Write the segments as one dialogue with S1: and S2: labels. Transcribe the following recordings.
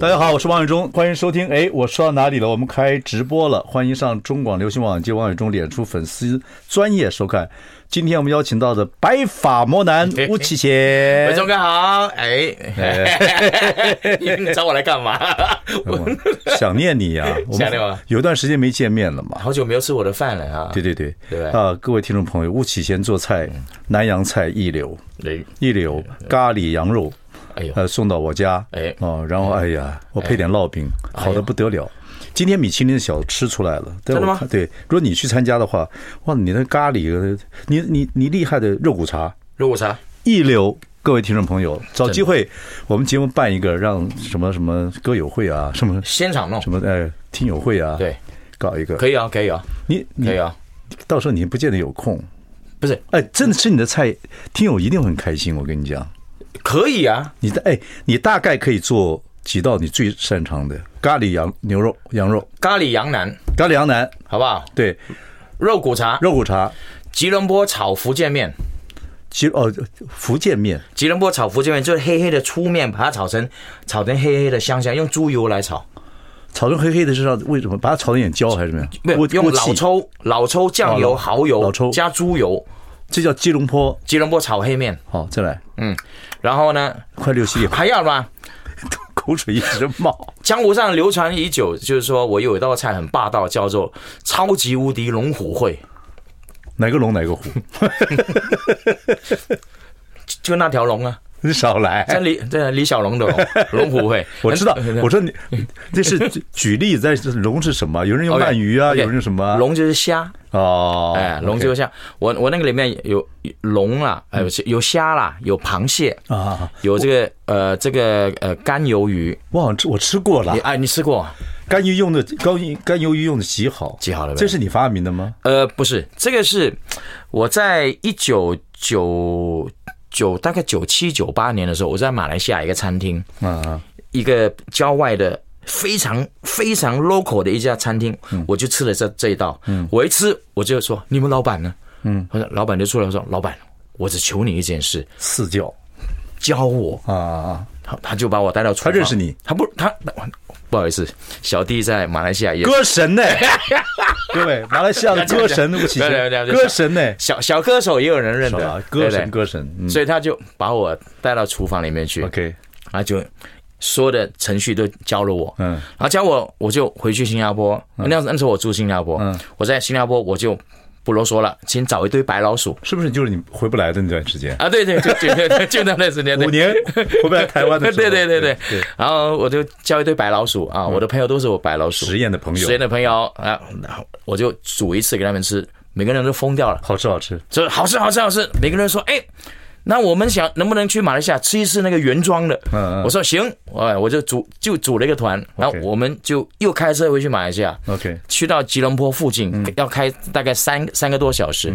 S1: 大家好，我是王伟忠，欢迎收听。哎，我说到哪里了？我们开直播了，欢迎上中广流行网及王伟忠脸书粉丝专业收看。今天我们邀请到的白发魔男巫启 贤，
S2: 伟忠哥好，哎，你找我来干嘛？我
S1: 嗯想念你 呀、我
S2: 想
S1: 们
S2: 念我
S1: 有一段时间没见面了嘛。
S2: 好久没有吃我的饭了啊！
S1: 对对对，
S2: 对吧
S1: 啊，各位听众朋友，巫启贤做菜，南洋菜一流，
S2: 对，
S1: 一流，咖喱羊肉，
S2: 哎呦，
S1: 呃，送到我家，
S2: 哎
S1: 哦，然后哎呀，我配点烙饼，好的不得了。今天米其林小吃出来了，真
S2: 真的吗
S1: 对，如果你去参加的话，哇，你的咖喱，呃你你你厉害的肉骨茶
S2: 肉骨茶，
S1: 一流。各位听众朋友，找
S2: 的
S1: 机会，我们节目办一个，让什么什么歌友会啊，什么
S2: 现场弄
S1: 什，么呃听友会啊，
S2: 对，
S1: 搞一个。
S2: 可以啊，可以啊，
S1: 你你
S2: 可以啊，
S1: 到时候你不见得有空，
S2: 不是
S1: 哎，真的吃你的菜，听友一定会很开心。我跟你讲，
S2: 可以啊，
S1: 你的哎，你大概可以做几道你最擅长的咖喱羊牛肉、羊肉、
S2: 咖喱羊腩，
S1: 咖喱羊腩，
S2: 好不好？
S1: 对，
S2: 肉骨茶，
S1: 肉骨茶、
S2: 吉隆坡炒福建面，
S1: 鸡哦福建面，
S2: 吉隆坡炒福建面就是黑黑的粗面，把它炒成炒成黑黑的香香，用猪油来炒，
S1: 炒成黑黑的是让为什么？把它炒的有点焦还是怎么样？
S2: 没有
S1: 锅
S2: 用
S1: 锅气
S2: 老抽、老抽、酱
S1: 哦
S2: 油、
S1: 老
S2: 蚝油、
S1: 老抽
S2: 加猪油，
S1: 这叫吉隆坡。
S2: 吉隆坡炒黑面，
S1: 好，再来，
S2: 嗯，然后呢
S1: 快流犀利，
S2: 还要吗？
S1: 口水一直冒。
S2: 江湖上流传已久，就是说我有一道菜很霸道，叫做超级无敌龙虎烩，
S1: 哪个龙哪个虎？
S2: 就那条龙啊，
S1: 你少
S2: 在
S1: 来！
S2: 李在李小龙的龙 龙虎烩，
S1: 哎我知道
S2: 很，
S1: 我说你这是举举例，在龙是什么？有人用
S2: OK，
S1: 鳗鱼啊，
S2: 哦 OK，
S1: 有人用什么啊？
S2: 龙就是虾，
S1: 哦，
S2: 哎，龙就是虾。我我那个里面有有龙啦，
S1: 嗯
S2: 哎有有虾啦，有螃蟹，
S1: 啊，
S2: 有这个呃这个呃干鱿鱼，
S1: 我好像吃我吃过了
S2: 你，哎你吃过？
S1: 干鱿用的干鱿干鱿鱼用的极好，
S2: 极好了呗
S1: 这是你发明的吗？
S2: 呃，不是，这个是我在一九九九大概九七九八年的时候，我在马来西亚一个餐厅。
S1: 啊，
S2: 一个郊外的非常非常 local 的一家餐厅，
S1: 嗯
S2: 我就吃了这这一道。我一吃我就说：“你们老板呢？”嗯，我说老板就出来说：“老板，我只求你一件事，
S1: 四教
S2: 教我。
S1: 啊啊，”
S2: 他他就把我带到厨房。
S1: 他认识你？
S2: 他不，他不好意思，小弟在马来西亚也。
S1: 歌 神呢？各位，马来西亚的歌神吴启
S2: 对对
S1: 贤，
S2: 对
S1: 歌神呢？
S2: 小小歌手也有人认
S1: 是吧
S2: 得？，
S1: 歌
S2: 对
S1: 神，
S2: 不对
S1: 歌神，嗯
S2: 所以他就把我带到厨房里面去。
S1: ，OK，
S2: 他就所有的程序都教了我，
S1: 嗯
S2: 然后教我我就回去新加坡，那时候那时候我住新加坡，
S1: 嗯
S2: 我在新加坡我就不啰嗦了，先找一堆白老鼠
S1: 是不是就是你回不来的那段时间？
S2: 啊，对对，就就就就那段时间，对
S1: 五年回不来台湾的
S2: 对
S1: 时候，
S2: 对对对对，然后我就叫一堆白老鼠啊，我的朋友都是我白老
S1: 嗯
S2: 鼠，
S1: 实验的朋友
S2: 实验的朋友啊，然后我就煮一次给他们吃，每个人都疯掉了，
S1: 好吃好吃，
S2: 说好吃好吃好吃，每个人说哎。那我们想能不能去马来西亚吃一次那个原装的？
S1: 嗯嗯
S2: 我说行，哎，我就组就组了一个团，然后
S1: OK
S2: 我们就又开车回去马来西亚
S1: OK
S2: 去到吉隆坡附近，要开大概三三个多小时，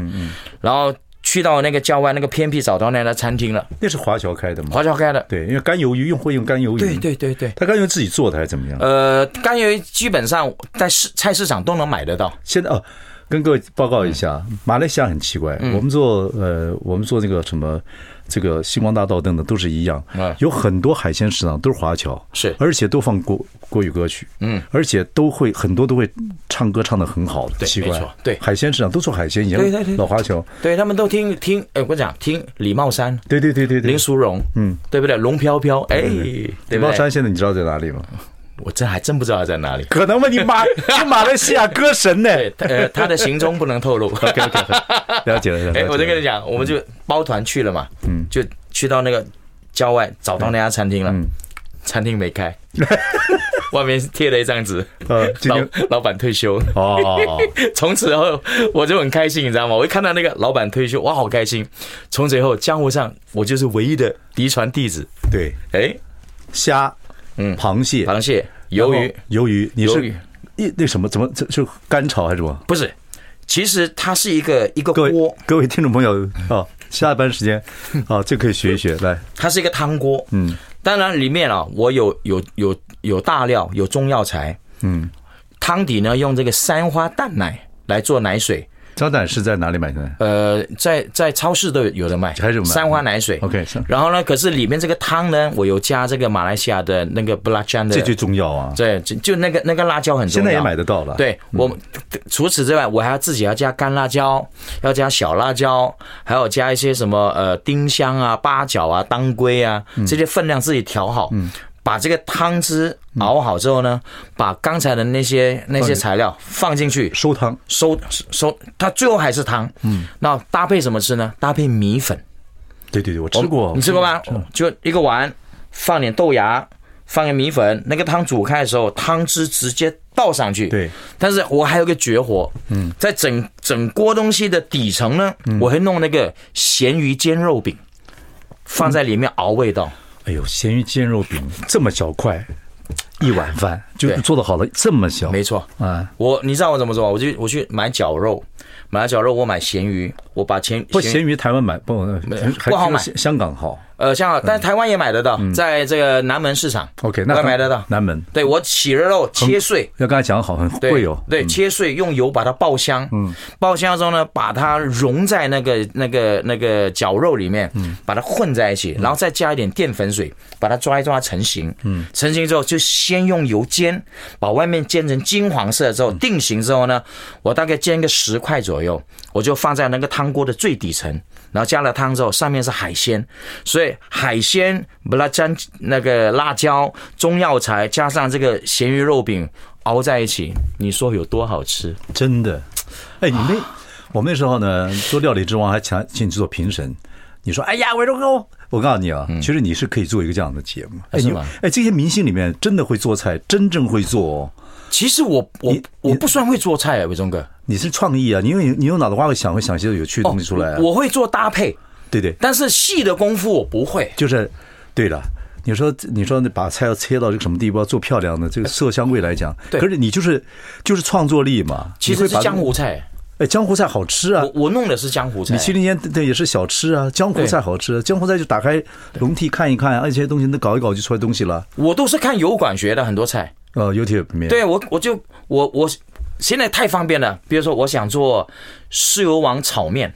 S2: 然后去到那个郊外那个偏僻小道那家餐厅了，
S1: 那是华侨开的吗？
S2: 华侨开的，
S1: 对，因为干鱿鱼用会用干鱿鱼，
S2: 对，对对对，
S1: 他干鱿鱼自己做的还是怎么样？
S2: 呃，甘油基本上在市菜市场都能买得到，
S1: 现在哦，跟各位报告一下，马来西亚很奇怪，
S2: 嗯
S1: 我们做呃，我们做那个什么，这个星光大道等等都是一样
S2: 嗯，
S1: 有很多海鲜市场都是华侨，
S2: 是
S1: 而且都放国国语歌曲，嗯，而且都会很多都会唱歌唱的很好的，
S2: 对
S1: 奇怪
S2: 没错，对
S1: 海鲜市场都做海鲜，以
S2: 对对对
S1: 前老华侨，
S2: 对他们都听听，哎，我讲听李茂山、
S1: 对对对对对
S2: 林，淑荣，嗯，对不对？龙飘飘，哎，对不
S1: 李
S2: 对
S1: 茂山现在你知道在哪里 吗？
S2: 我真还真不知道他在 哪里。
S1: 可能吗？你马你马来西亚歌神呢？
S2: 对，呃，他的行踪不能透 露。
S1: OK OK，了解了了解
S2: 哎，
S1: 了。
S2: 我就跟你讲，
S1: 嗯
S2: 我们就包团去了嘛，嗯，就去到那个郊外找到那家餐厅了，
S1: 嗯
S2: 餐厅 没开，外面贴了一张纸，
S1: 呃，今
S2: 老
S1: 天
S2: 老板退休。
S1: 哦，
S2: 从此后我就很开心，你知道吗？我一看到那个老板退休，哇，好开心！从此以后，江湖上我就是唯一的嫡传弟子。
S1: 对，
S2: 哎，
S1: 虾，
S2: 嗯
S1: 螃蟹，
S2: 螃蟹、鱿鱼
S1: 鱿鱼，你
S2: 鱿
S1: 是
S2: 鱼
S1: 一那什么怎么这就干炒还是什么？
S2: 不是，其实它是一个一个
S1: 各位
S2: 锅，
S1: 各位听众朋友啊，下班时间啊，这可以学一学。来，
S2: 它是一个汤锅。
S1: 嗯
S2: 当然里面啊，我有有有有大料，有中药材。
S1: 嗯，
S2: 汤底呢，用这个三花淡奶来做奶水。
S1: 张胆是在哪里买的？
S2: 呃，在在超市都有的卖，
S1: 还是有卖
S2: 三花奶水。
S1: OK，是
S2: 然后呢，可是里面这个汤呢，我有加这个马来西亚的那个布拉酱的，
S1: 这最重要啊！
S2: 对，就就那个那个辣椒很重
S1: 现
S2: 要。
S1: 在也买得到了。，
S2: 对我，除此之外，我还要自己要加干辣椒，要加小辣椒，还有加一些什么呃丁香啊、八角啊、当归啊，这些分量自己调好。把这个汤汁熬好之后呢，把刚才的那些那些材料放进去，
S1: 收汤
S2: 收收，它最后还是汤。嗯，那搭配什么吃呢？搭配米粉。
S1: 对对对，我吃过，
S2: 哦你吃过吗？就一个碗，放点豆芽，放点米粉，那个汤煮开的时候，汤汁直接倒上去。
S1: 对，
S2: 但是我还有个绝活，嗯，在整整锅东西的底层呢，
S1: 嗯
S2: 我会弄那个咸鱼煎肉饼，放在里面熬味道。
S1: 哎呦，咸鱼煎肉饼这么小块，一碗饭就
S2: 对
S1: 做的好了，这么小，
S2: 没错，
S1: 啊，
S2: 我你知道我怎么做吗？我就我去买绞肉，买了绞肉，我买咸鱼，我把咸
S1: 不咸鱼台湾买不
S2: 不好买
S1: 香香港好。
S2: 呃，香港，但是台湾也买得到，在这个南门市场
S1: 嗯 OK，那
S2: 我也买得到。
S1: 南门
S2: 对我起了肉切碎，
S1: 要刚才讲好，很
S2: 对，
S1: 贵哦。
S2: 对，切碎用油把它爆香，嗯，爆香之后呢，把它融在那个那个那个绞肉里面，嗯，把它混在一起，然后再加一点淀粉水，把它抓一抓成型，嗯，成型之后就先用油煎，把外面煎成金黄色之后定型之后呢，我大概煎个十块左右，我就放在那个汤锅的最底层，然后加了汤之后，上面是海鲜，所以海鲜不拉沾那个辣椒、中药材，加上这个咸鱼肉饼熬在一起，你说有多好吃？
S1: 真的，哎，你那
S2: 啊
S1: 我们那时候呢，做料理之王还请请去做评审。你说，哎呀，伟忠哥，我告诉你啊，其实你是可以做一个这样的节目。哎，
S2: 嗯啊是
S1: 你
S2: 吗
S1: 哎，这些明星里面真的会做菜，真正会做哦。
S2: 其实我我我不算会做菜啊，伟忠哥，哦
S1: 你是创意啊，你用你用脑的话会想会想一些有趣的东西出来、啊
S2: 我会做搭配，
S1: 对对，
S2: 但是细的功夫我不会。
S1: 就是对了。你说，你说把菜要切到这个什么地步，要做漂亮的，这个色香味来讲，
S2: 对
S1: 可是你就是就是创作力嘛。
S2: 其
S1: 你
S2: 实
S1: 会
S2: 是
S1: 把
S2: 江，湖菜，
S1: 哎，江湖菜好吃啊
S2: 我。我弄的是江湖菜
S1: 米。其林街对也是小吃啊，江湖菜好吃啊，江湖菜就打开笼屉看一看啊，而且东西那搞一搞就出来东西了。
S2: 我都是看油管学的很多菜。
S1: 呃，YouTube 里面，
S2: 对我我就我我现在太方便了，比如说我想做豉油王炒面，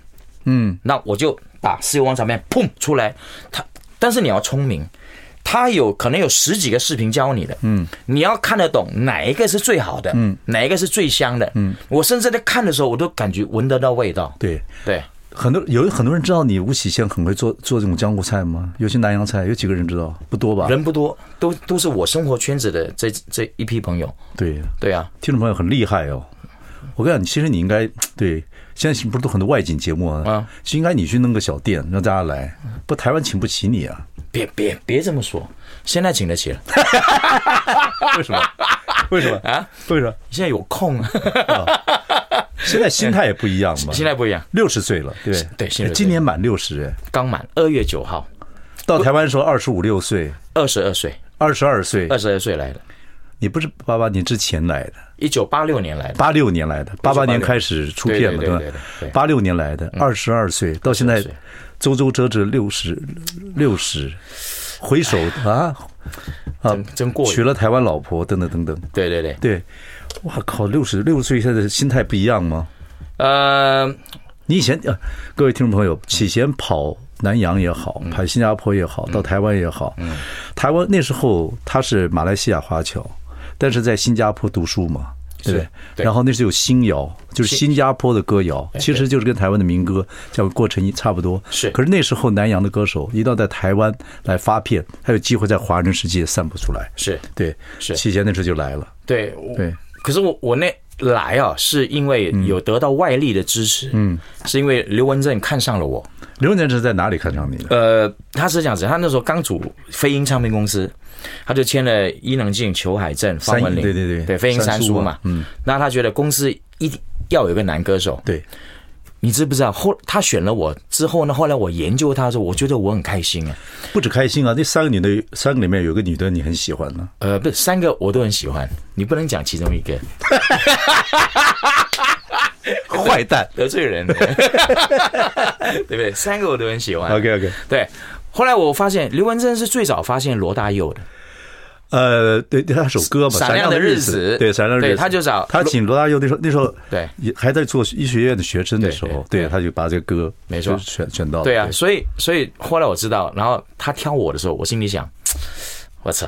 S2: 嗯，那我就把豉油王炒面砰出来，它但是你要聪明。它有可能有十几个视频教你的，嗯，你要看得懂哪一个是最好的，嗯，哪一个是最香的，嗯，我甚至在看的时候，我都感觉闻得到味道，
S1: 对，
S2: 对，
S1: 很多有很多人知道你吴启先很会做做这种江湖菜吗？尤其南洋菜，有几个人知道？不多吧？
S2: 人不多，都都是我生活圈子的这这一批朋友，
S1: 对，
S2: 对啊，
S1: 听众朋友很厉害哦。我跟你讲，其实你应该对，现在不是都很多外景节目啊
S2: 啊，
S1: 就应该你去弄个小店，让大家来，不台湾请不起你 啊？
S2: 别别别这么说，现在请得起了，
S1: 为什么？为什么啊？为什么？
S2: 现在有空啊，
S1: 现在心态也不一样嘛。
S2: 现在不一样，
S1: 六十岁了，对
S2: 对现在
S1: 今年满六十哎，
S2: 刚满二月九号，
S1: 到台湾的时候二十五六岁，
S2: 二十二岁，
S1: 二十二岁
S2: 二，十二岁来的，
S1: 你不是八八年之前来的，
S2: 一九八六年来的，
S1: 八六年来的，八八年开始出片嘛，
S2: 对对对
S1: 吧
S2: 对对对？嗯
S1: 八六年来的，二十二岁到现在
S2: 22岁，
S1: 周周折折六十六十，回首啊啊
S2: 真，真过瘾
S1: 娶了台湾老婆，等等等等，
S2: 对对对，
S1: 对，哇靠，六十六十岁现在的心态不一样吗？
S2: 呃，
S1: 你以前呃，各位听众朋
S2: 嗯
S1: 友，起先跑南洋也好，跑新加坡也好，
S2: 嗯
S1: 到台湾也好，台湾那时候他是马来西亚华侨，但是在新加坡读书嘛，对不对
S2: 是？对哎
S1: 然后那时候有新谣，就是新加坡的歌谣，其实就是跟台湾的民歌叫过程差不多。
S2: 是
S1: 可是那时候南洋的歌手一到在台湾来发片，还有机会在华人世界散布出来。
S2: 是
S1: 对，
S2: 是
S1: 起先那时候就来了。
S2: 对我
S1: 对，嗯
S2: 可是我我那来啊，是因为有得到外力的支持，嗯，是因为刘文正看上了我，
S1: 刘文正是在哪里看上你的？
S2: 呃，他是这样子，他那时候刚组飞鹰唱片公司，他就签了伊能静、裘海正、方文
S1: 三
S2: 琳，
S1: 对对对
S2: 对，飞鹰
S1: 三
S2: 三
S1: 叔啊
S2: 叔
S1: 嘛
S2: 嘛，嗯，那他觉得公司一定要有一个男歌手，
S1: 对，
S2: 你知不知道？后他选了我之后呢，后来我研究他的时候，我觉得我很开心啊。
S1: 不止开心啊，那三个女的，三个里面有个女的你很喜欢呢、
S2: 呃，不是三个我都很喜欢，你不能讲其中一个，
S1: 坏蛋。
S2: 得罪呃人，对不 对？三个我都很喜欢。
S1: OK OK，
S2: 对，后来我发现刘文正是最早发现罗大佑的，
S1: 呃，对，对他首歌嘛，《
S2: 闪
S1: 闪亮
S2: 亮的
S1: 的
S2: 日
S1: 日
S2: 子
S1: 对，《闪亮的日
S2: 对
S1: 子》，
S2: 他就找
S1: 他请罗大佑那时候，那时候
S2: 对
S1: 也还在做医学院的学生的时候，
S2: 对
S1: 对，他就把这个歌
S2: 没错
S1: 就选选到了，
S2: 对啊，所以所以后来我知道，然后他挑我的时候，我心里想，我操，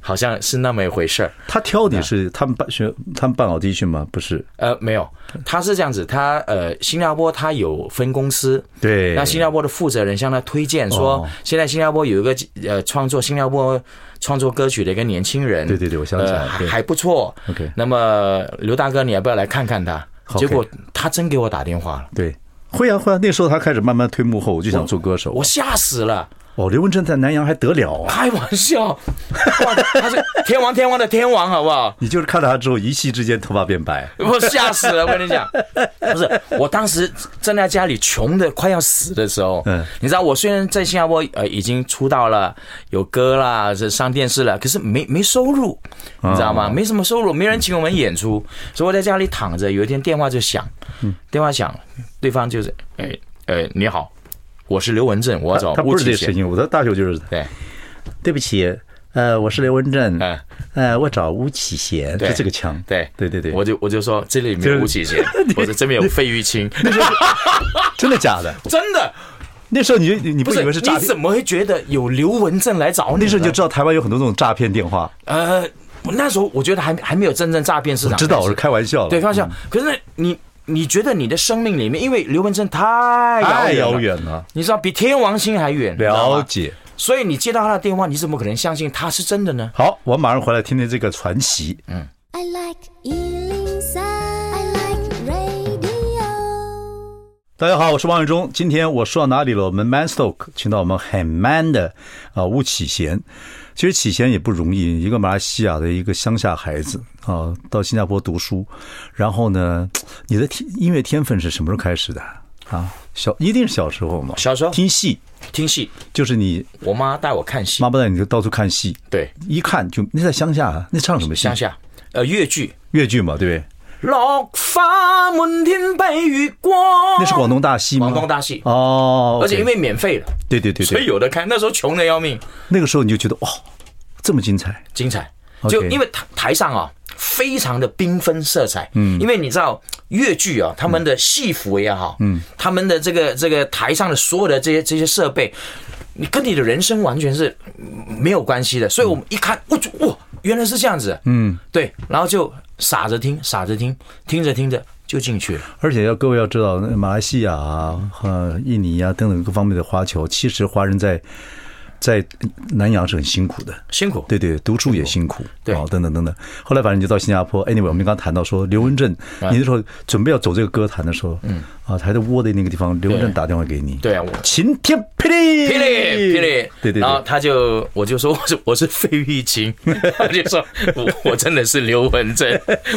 S2: 好像是那么一回事儿。
S1: 他挑你
S2: 嗯
S1: 是他们办学，他们办 audition 吗？不是，
S2: 呃，没有，他是这样子，他呃，新加坡他有分公司，
S1: 对
S2: 那新加坡的负责人向他推荐说
S1: 哦，
S2: 现在新加坡有一个呃创作新加坡创作歌曲的一个年轻人，
S1: 对对对我想起来
S2: 呃
S1: 对
S2: 还不错。
S1: OK
S2: 那么刘大哥，你要不要来看看他？
S1: OK
S2: 结果他真给我打电话了，
S1: 对，会啊会啊，那时候他开始慢慢推幕后，我就想做歌手
S2: 我。吓死了，
S1: 哦，刘文正在南洋还得了啊！
S2: 开玩笑，哇他是天王天王的天王，好不好？
S1: 你就是看到他之后，一夕之间头发变白。
S2: 我吓死了！我跟你讲，不是，我当时正在家里穷的快要死的时候，
S1: 嗯
S2: 你知道，我虽然在新加坡呃已经出道了，有歌啦，这上电视了，可是没没收入，
S1: 啊
S2: 你知道吗？没什么收入，没人请我们演出，
S1: 嗯
S2: 所以我在家里躺着。有一天电话就响，电话响，对方就是，哎哎，你好，我是刘文正，我找
S1: 他
S2: 巫
S1: 不是
S2: 启
S1: 这声
S2: 贤，
S1: 音，我在大学就是
S2: 对，
S1: 对不起，呃，我是刘文正
S2: 哎，
S1: 呃，我找巫启贤，
S2: 对
S1: 就这个腔，
S2: 对
S1: 对对对，
S2: 我就我就说这里没
S1: 就是
S2: 有巫 启贤，我说这边有费玉清，
S1: 真的假 的？
S2: 真的。
S1: 那时候你就你你不以为是诈
S2: 你
S1: 骗？
S2: 怎么会觉得有刘文正来找你呢？
S1: 那时候你就知道台湾有很多这种诈骗电话，
S2: 呃，我那时候我觉得还还没有真正诈骗市场，
S1: 知道我是开玩笑了，嗯
S2: 对方向。可是你你觉得你的生命里面，因为刘文正太
S1: 太
S2: 遥
S1: 遥
S2: 远了，
S1: 远了。
S2: 你知道比天王星还远，嗯你知道吗
S1: 了。解，
S2: 所以你接到他的电话，你怎么可能相信他是真的呢？
S1: 好，我马上回来听听这个传奇。
S3: I like Ealing Sound. I like radio.
S1: 大家好，我是王伟忠。今天我说到哪里了？我们 Man Stoke 请到我们很 man 的啊巫启贤。其实启贤也不容易，一个马来西亚的一个乡下孩子啊，到新加坡读书。然后呢，你的天音乐天分是什么时候开始的啊？小一定是小时候嘛，
S2: 小时候
S1: 听戏
S2: 听戏，
S1: 就是你
S2: 我妈带我看戏
S1: 妈，妈带你就到处看戏，
S2: 对，
S1: 一看就那在乡下啊，那唱什么戏
S2: 乡？下，呃，越剧。
S1: 越剧嘛，对不对？
S2: 落花满天白玉光，
S1: 那是广东大戏吗？
S2: 广东大戏
S1: 哦，
S2: 而且
S1: OK
S2: 因为免费的，
S1: 对对对
S2: 所以
S1: 对，
S2: 有的看。那时候穷的要命，
S1: 那个时候你就觉得哇、这么精彩，
S2: 精彩。
S1: OK
S2: 就因为台台上啊，非常的缤纷色彩。嗯，因为你知道越剧啊，他
S1: 嗯
S2: 们的戏服也好，嗯，他们的这个这个台上的所有的这些这些设备，你跟你的人生完全是嗯没有关系的。所以我们一看，
S1: 嗯
S2: 我就哇，原来是这样子。嗯，对，然后就傻着听，傻着听，听着听着就进去了。
S1: 而且要各位要知道，那马来西亚啊、呃、印尼啊等等各方面的华侨，其实华人在在南洋是很辛苦的。
S2: 辛苦，
S1: 对对，读书也辛苦，
S2: 对
S1: 啊，等等等等。后来反正你就到新加坡，anyway，我们刚刚谈到说刘文正，
S2: 嗯
S1: 你那时候准备要走这个歌坛的时候，嗯，啊，还在窝的那个地方，刘文正打电话给你，
S2: 对啊，我
S1: 晴天霹雳，
S2: 霹雳霹雳，
S1: 对对
S2: 然后
S1: 对，
S2: 他就我就说我是我是费玉清， 他就说我我真的是刘文正，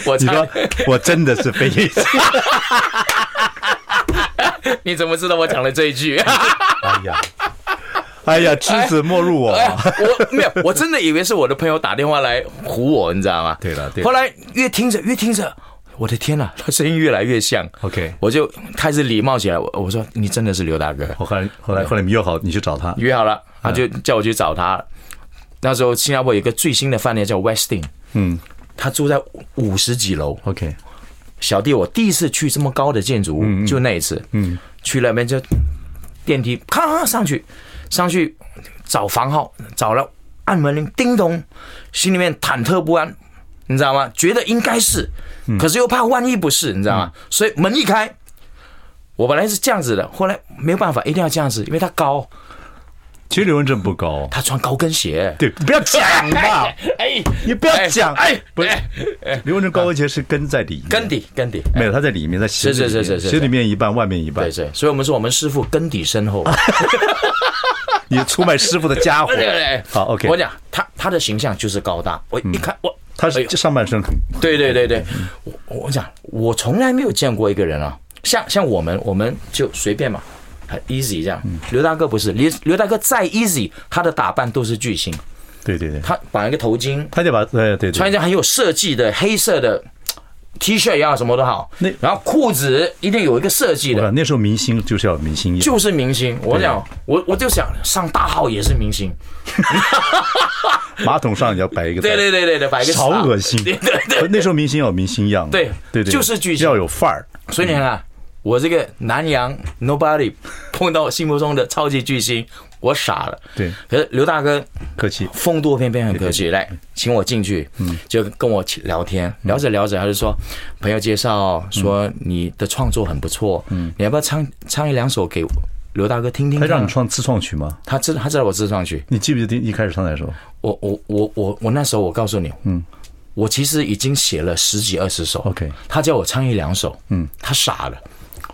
S2: 我
S1: 你
S2: 差
S1: 说 我真的是飞机，
S2: 你怎么知道我讲了这 一句？
S1: 哎呀，哎呀，知子莫入我，
S2: 哎我没有，我真的以为是我的朋友打电话来唬我，你知道吗？
S1: 对了对了
S2: 后来越听着越听着，我的天呐，他 声音越来越像。
S1: OK
S2: 我就开始礼貌起来，我我说你真的是刘大哥，
S1: 我 后来后来后来你约好你去找他，
S2: 约好了，
S1: 嗯
S2: 他就叫我去找他。那时候新加坡有一个最新的饭店叫 Westin，
S1: 嗯
S2: 他住在五十几楼，
S1: ，OK，
S2: 小弟，我第一次去这么高的建筑物，就那一次，嗯，去那边就电梯咔上去，上去找房号，找了按门铃，叮咚，心里面忐忑不安，你知道吗？觉得应该是，可是又怕万一不是，你知道吗？所以门一开，我本来是这样子的，后来没有办法，一定要这样子，因为他高，
S1: 其实刘文正不高，
S2: 他穿高跟鞋，
S1: 对，不要讲 嘛，
S2: 哎，
S1: 你不要讲，
S2: 哎，
S1: 不是
S2: 哎
S1: 刘文正高跟鞋是跟在里面，
S2: 跟底跟底，
S1: 没有他在里面，在鞋子
S2: 是是
S1: 里面
S2: 是是是
S1: 鞋里面一半，外面一半
S2: 对，对，所以我们说我们师傅跟底身后。
S1: 你出卖师傅的家伙
S2: 对对对，，
S1: 好，OK，嗯
S2: 我讲他他的形象就是高大，我一看我
S1: 他
S2: 哎
S1: 是嗯
S2: 呦
S1: 这上半身很
S2: 对对对对，我我讲我从来没有见过一个人啊，像像我们，我们就随便嘛，很 easy 这样。
S1: 嗯
S2: 刘大哥不是，刘刘大哥再 easy，他的打扮都是巨星，
S1: 对对对，
S2: 他绑一个头巾，
S1: 他就把呃对对
S2: 穿一件很有设计的黑色的 T 恤也好，什么都好
S1: 那，
S2: 然后裤子一定有一个设计
S1: 我啊
S2: 的，
S1: 看那时候明星就是要明星样，
S2: 就是明星。我讲，我我就想上大号也是明星，
S1: 马桶上也要摆一个，
S2: 对对对对对，摆一个
S1: 好
S2: star
S1: 恶心。
S2: 对对对，
S1: 那时候明星要有明星样，
S2: 对
S1: 对对，
S2: 就是巨星
S1: 要有范儿。
S2: 所以你看啊，我这个南洋 nobody 碰到心目中的超级巨星，我傻了。
S1: 对
S2: 可是刘大哥
S1: 客气，
S2: 风度翩翩，很客气，来请我进去，
S1: 嗯
S2: 就跟我聊天，聊着聊着，他就说朋友介绍说你的创作很不错，你要不要唱唱一两首给刘大哥听
S1: 嗯
S2: 听
S1: 他
S2: 看？
S1: 让你创自创曲吗？
S2: 他知他知道我自上去，
S1: 你记不记得一开始唱哪首？
S2: 我我我我我那时候我告诉你，嗯，我其实已经写了十几二十首
S1: OK
S2: 他叫我唱一两首，嗯，他傻了。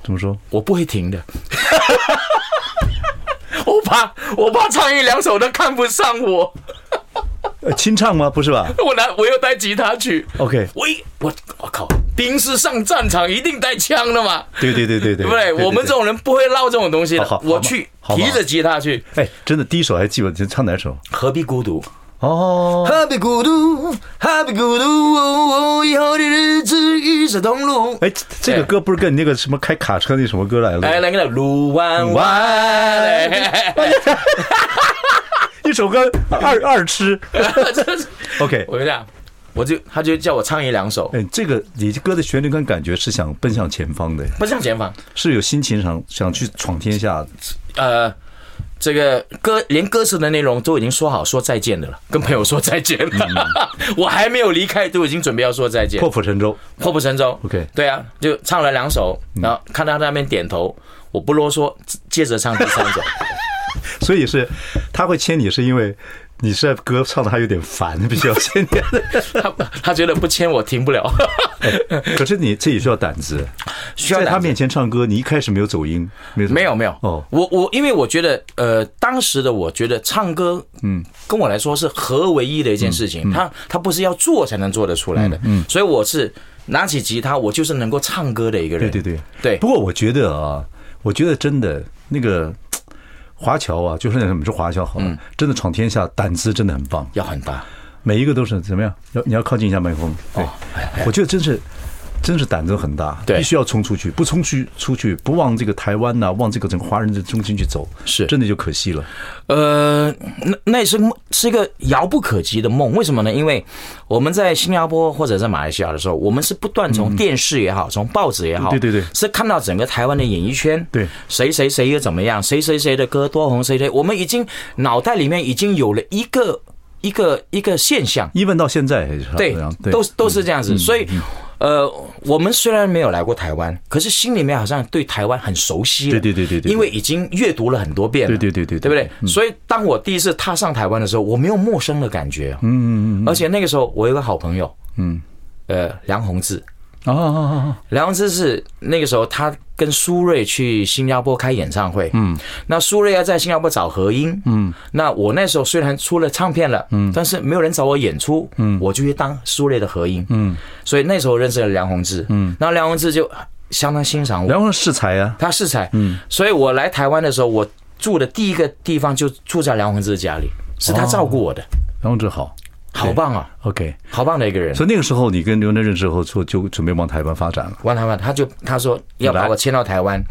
S1: 怎么说？
S2: 我不会停的。 我怕我怕唱一两首都看不上我，
S1: 呃，清唱吗？不是吧
S2: 我拿我又带吉他去，
S1: ？OK，
S2: 我一我我靠，兵士上战场一定带枪的嘛，
S1: 对对对对对，
S2: 对不对？我们这种人不会唠这种东西
S1: 好
S2: 的
S1: 好。好
S2: 我去
S1: 好
S2: 提着吉他去，
S1: 哎，真的第一首还记不？唱哪首？
S2: 何必孤独？
S1: 哦，
S2: 何必孤独？何必孤独？哦哦以后的日子与着同路。
S1: 哎，这这个
S2: 哎
S1: 歌不是跟你那个什么开卡车那什么歌来
S2: 来
S1: 了？
S2: 哎来来，路弯弯，哎
S1: 一首歌二二吃
S2: 真是
S1: ，OK。
S2: 我就这样，我就他就叫我唱一两首，
S1: 哎，这个你歌的旋律跟感觉是想奔向前方的，
S2: 不像前方，
S1: 是有心情想想去闯天下的。
S2: 呃，这个歌连歌词的内容都已经说好说再见的了，跟朋友说再见了， 我还没有离开，都已经准备要说再见
S1: 嗯破，釜沉舟，
S2: 破釜沉舟。
S1: OK 嗯
S2: 对啊，就唱了两首，然后看到他那边点头，我不啰嗦，接着唱第三 首。
S1: 所以是他会签你，是因为你是在歌唱的还有点烦，比较签 你。
S2: 他他觉得不签我停不了，
S1: 可是你这也需要胆子，
S2: 需要
S1: 在他
S2: 胆子
S1: 面前唱歌，你一开始没有走音，没有走
S2: 没有没有
S1: 哦
S2: 我我因为我觉得呃，当时的我觉得唱歌，嗯，跟我来说是合为一的一件事情，它它不是要做才能做得出来的，嗯，所以我是拿起吉他，我就是能够唱歌的一个人，
S1: 对对对
S2: 对
S1: 不过我觉得啊，我觉得真的那个华侨啊，就是那什么是华侨好了，
S2: 嗯
S1: 真的闯天下，胆子真的很棒，
S2: 要很大，
S1: 每一个都是怎么样？要你要靠近一下麦克风， 对，我觉得真是。真是胆子很大，
S2: 哦对
S1: 必须要冲出去，不冲去出去，不往这个台湾呐、往这个整个华人的中心去走，
S2: 是
S1: 真的就可惜了。
S2: 呃，那那也是梦是一个遥不可及的梦，为什么呢？因为我们在新加坡或者在马来西亚的时候，我们是不断从电视也好，从报纸也好，
S1: 嗯对对对
S2: 是看到整个台湾的演艺圈，
S1: 对
S2: 谁谁谁又怎么样，谁谁谁的歌多红，谁谁，我们已经脑袋里面已经有了一个一个一个现象，
S1: 一问到现在也是这样，对，嗯
S2: 都是都是这样子。所以，呃，我们虽然没有来过台湾，可是心里面好像对台湾很熟悉了。
S1: 对对对对对对
S2: 因为已经阅读了很多遍了。
S1: 对对对对嗯
S2: 对，
S1: 对
S2: 不对？所以当我第一次踏上台湾的时候，我没有陌生的感觉。嗯嗯嗯。而且那个时候，我有个好朋友，嗯，呃，梁宏志。
S1: 啊
S2: 哦
S1: 啊啊啊！
S2: 梁宏志是那个时候他跟苏芮去新加坡开演唱会，嗯，那苏芮要在新加坡找合音，嗯，那我那时候虽然出了唱片了，嗯，但是没有人找我演出，嗯，我就去当苏芮的合音，嗯，所以那时候认识了梁宏志，嗯，然后梁宏志就相当欣赏我，
S1: 然后是才啊，
S2: 他是才，嗯，所以我来台湾的时候，我住的第一个地方就住在梁宏志家里，是他照顾我的，
S1: 然后志好
S2: 好棒啊，
S1: ，OK。
S2: 好棒的一个人。
S1: 所以那个时候你跟刘能认识后，就就准备往台湾发展了
S2: 完台湾，他就他说要把我迁到台湾，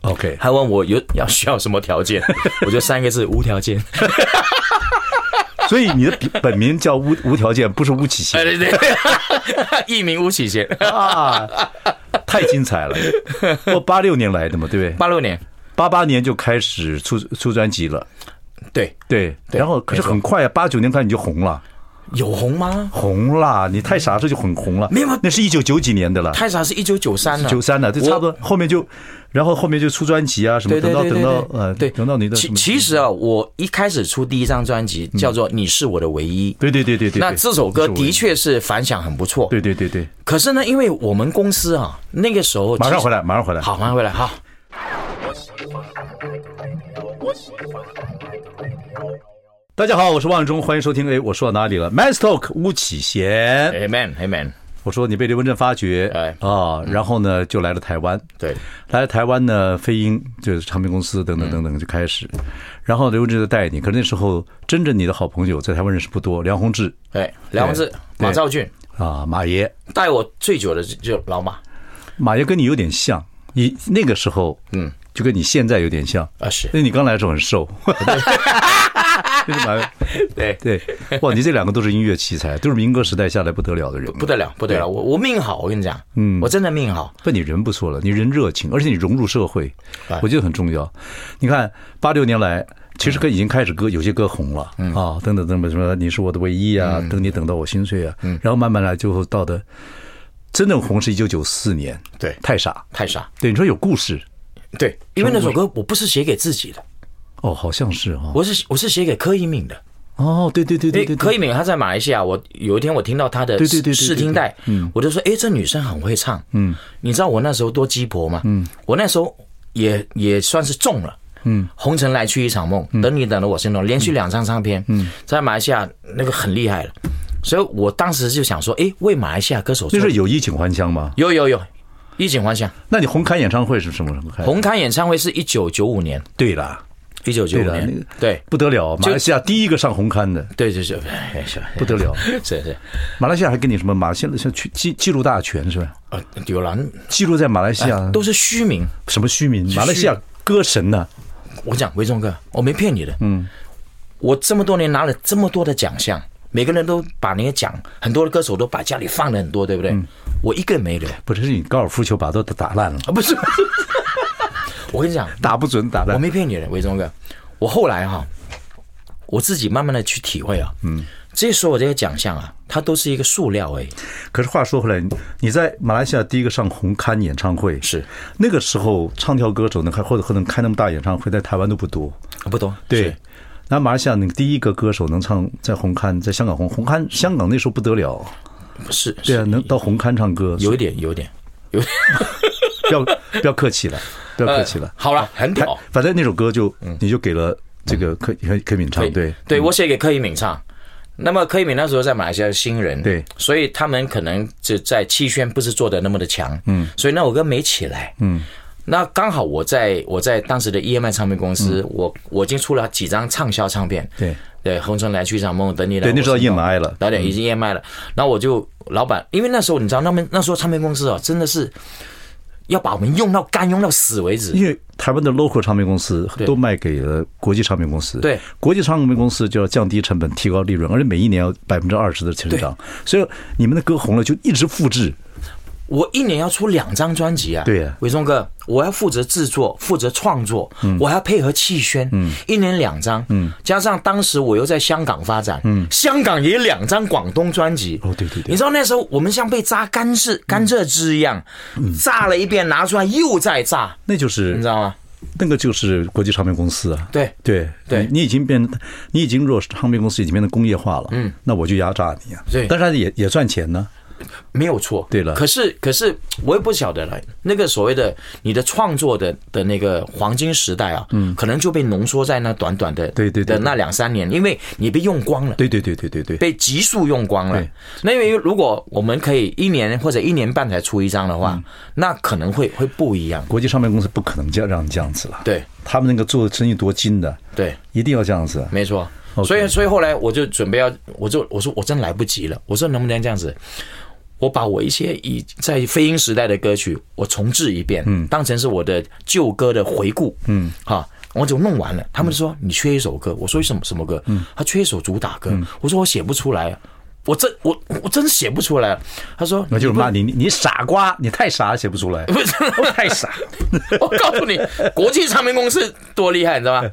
S1: ，OK。
S2: 他问我有要需要什么 条件，我就三个字无条件。
S1: 所以你的笔本名叫无无条件，不是吴启
S2: 哎
S1: 贤
S2: 对对， 一名吴启贤，
S1: 啊，太精彩 了！我八六年来的嘛，对不对？
S2: 八六年，
S1: 八八年就开始出出专辑了，
S2: 对，
S1: 对。
S2: 对
S1: 然后可是
S2: 没错
S1: 很快啊，八九年开始你就红了，
S2: 有红吗？
S1: 红了，你太傻这就很红了。
S2: 没有啊
S1: 那是一九九几年的了，
S2: 太傻是一九九三了，
S1: 九三啊的，这
S2: 我
S1: 差不多。后面就，然后后面就出专辑啊什么，
S2: 对
S1: 等
S2: 对
S1: 到
S2: 对
S1: 等
S2: 对
S1: 到呃，
S2: 对，
S1: 等到你的什
S2: 其
S1: 么？嗯
S2: 其实啊，我一开始出第一张专辑叫做《你是我的唯一》，
S1: 对对对对对。
S2: 那
S1: 对
S2: 这首歌
S1: 是我
S2: 的确是反响很不错。
S1: 对对对对，
S2: 可是呢，因为我们公司啊，那个时候
S1: 马上回
S2: 来，
S1: 来，马上回来。
S2: 好，马上回来，好。
S1: 大家好，我是万忠，欢迎收听。哎，我说到哪里了？Man Talk 吴启贤，
S2: Amen，Amen。
S1: 我我说你被刘文正发掘，
S2: 哎
S1: 啊，然后呢就来了台湾，
S2: 对，
S1: 来了台湾呢，飞鹰就是唱片公司等等等等就开始，然后刘文正就带你，可是那时候真正你的好朋友在台湾认识不多，梁鸿志
S2: 哎，梁文志、马兆俊
S1: 啊，马爷，
S2: 带我最久的就老马
S1: 马爷跟你有点像，你那个时候嗯，就跟你现在有点像，
S2: 啊，是
S1: 那你刚来的时候很 瘦，就是马爷
S2: 对，
S1: 对，哇，你这两个都是音乐奇才，都是民歌时代下来不得了的人，
S2: 不得了，不得了，我我命好，我跟你讲，嗯，我真的命好，
S1: 不，你人不错了，你人热情，而且你融入社会
S2: 哎，
S1: 我觉得很重要。你看八六年来，其实歌已经开始歌，有些歌红了
S2: 嗯
S1: 啊，等等等等，什么你是我的唯一啊，等你等到我心碎啊，
S2: 嗯
S1: 然后慢慢来，最后到的真正红是一九九四年，
S2: 对
S1: 太傻，
S2: 太傻，
S1: 对，你说有故事
S2: 对，因为那首歌我不是写给自己的，
S1: 哦，好像是哈，
S2: 我是我是写给柯以敏的，
S1: 哦，对对对
S2: 因
S1: 对
S2: 为
S1: 对，
S2: 柯
S1: 对
S2: 以敏她在马来西亚，我有一天我听到她的
S1: 对对对对对嗯
S2: 试听带，我就说，哎，这女生很会唱，嗯，你知道我那时候多鸡婆嘛，嗯，我那时候也也算是中了。嗯，红尘来去一场梦，
S1: 嗯
S2: 等你等了我心动，连续两张唱片，嗯，在马来西亚那个很厉害了，所以我当时就想说，哎，为马来西亚歌手
S1: 那
S2: 做
S1: 时候有衣锦还乡吗？
S2: 有有有，衣锦还乡。
S1: 那你红磡演唱会是什么时候开？
S2: 红磡演唱会是一九九五年，
S1: 对啦，
S2: 哎一九九五
S1: 对了那
S2: 年
S1: 个，
S2: 对
S1: 不得了，马来西亚第一个上红磡的，
S2: 对对对， 哎是
S1: 不得了。
S2: 是是
S1: 马来西亚还给你什么马现在像去记记录大全是吧？
S2: 啊，有了，
S1: 记录在马来西亚
S2: 都是虚名。
S1: 什么虚名？马来西亚歌神呢？
S2: 我讲维忠哥，我没骗你的，嗯，我这么多年拿了这么多的奖项，每个人都把那些奖，很多的歌手都把家里放了很多，对不对？我一个没留啊，
S1: 不是，是你高尔夫球把都打烂了，
S2: 不是，不是我跟你讲，
S1: 打不准，打
S2: 我
S1: 烂。
S2: 没骗你的，维忠哥。我后来哈、我自己慢慢的去体会啊，嗯，这些所有这些奖项啊，它都是一个塑料而已，
S1: 可是话说回来，你你在马来西亚第一个上红磡演唱会
S2: 是
S1: 那个时候，唱跳歌手能开或者可能开那么大演唱会，在台湾都不多。
S2: 啊不多，是
S1: 对，那马来西亚那个第一个歌手能唱在红磡，在香港红红磡，香港那时候不得了，
S2: 是，
S1: 对啊，
S2: 是
S1: 能到红磡唱歌，
S2: 有一点，有一点，
S1: 不要不要客 气了，不要客气了
S2: 呃。好了，很
S1: 他哦
S2: 屌。
S1: 反正那首歌就你就给了这个柯柯柯敏唱，对嗯
S2: 对我写给柯以敏唱。那么柯以敏那时候在马来西亚是新人，
S1: 对
S2: 所以他们可能就在气宣不是做的那么的强，嗯，所以那首歌没起来，嗯。那刚好我在我在当时的 EMI 唱片公司，我我已经出了几张畅销唱片，
S1: 嗯对
S2: 对，红尘来去一场梦，等你来，
S1: 对，那时候
S2: 我是
S1: 叶马爱了。嗯
S2: 老点已经燕麦了。然后我就老板，因为那时候你知道，他们那时候唱片公司啊，真的是要把我们用到干，用到死为止。
S1: 因为台湾的 local 唱片公司
S2: 对
S1: 都卖给了国际唱片公司，
S2: 对，
S1: 国际唱片公司就要降低成本，提高利润，而且每一年要百分之二十的成长，所以你们的歌红了就一直复制，
S2: 我一年要出两张专辑啊！
S1: 对啊
S2: 伟忠哥，我要负责制作，负责创作，
S1: 嗯
S2: 我还要配合气宣，嗯，一年两张，嗯，加上当时我又在香港发展，嗯，香港也两张广东专辑，
S1: 哦对对对
S2: 你知道那时候我们像被榨甘蔗甘蔗汁一样，
S1: 嗯
S2: 榨了一遍拿出来又再榨，
S1: 那就
S2: 你
S1: 是
S2: 知道吗？
S1: 那个就是国际唱片公司啊，
S2: 对，
S1: 对
S2: 对
S1: 你你已经变，你已经若唱片公司已经变得工业化了，嗯，那我就压榨你啊，
S2: 对
S1: 但是它也也赚钱呢，
S2: 没有错，
S1: 对了
S2: 可是可是我也不晓得了，那个所谓的你的创作的的那个黄金时代啊，嗯，可能就被浓缩在那短短的
S1: 对对对
S2: 的那两三年，因为你被用光了。
S1: 对对对对对对，
S2: 被急速用光了
S1: 对。
S2: 那因为如果我们可以一年或者一年半才出一张的
S1: 嗯
S2: 话，那可能会会不一样。
S1: 国际唱片公司不可能这样让你这样子了，
S2: 对
S1: 他们那个做生意多精的，
S2: 对，
S1: 一定要这样子，啊
S2: 没错。
S1: OK
S2: 所以所以后来我就准备要，我就我说我真来不及了，我说能不能这样子？我把我一些以在飞鹰时代的歌曲，我重置一遍，嗯，当成是我的旧歌的回顾，嗯，哈，我就弄完了。他们说你缺一首歌，我说什么什么歌？嗯，他缺一首主打歌，我说我写不出来，啊我真我我真写不出来。啊他说
S1: 那就是骂你你你傻瓜，你太傻写不出来，
S2: 不是，
S1: 太傻。
S2: 我告诉你，国际唱片公司多厉害，你
S1: 嗯
S2: 知道吗？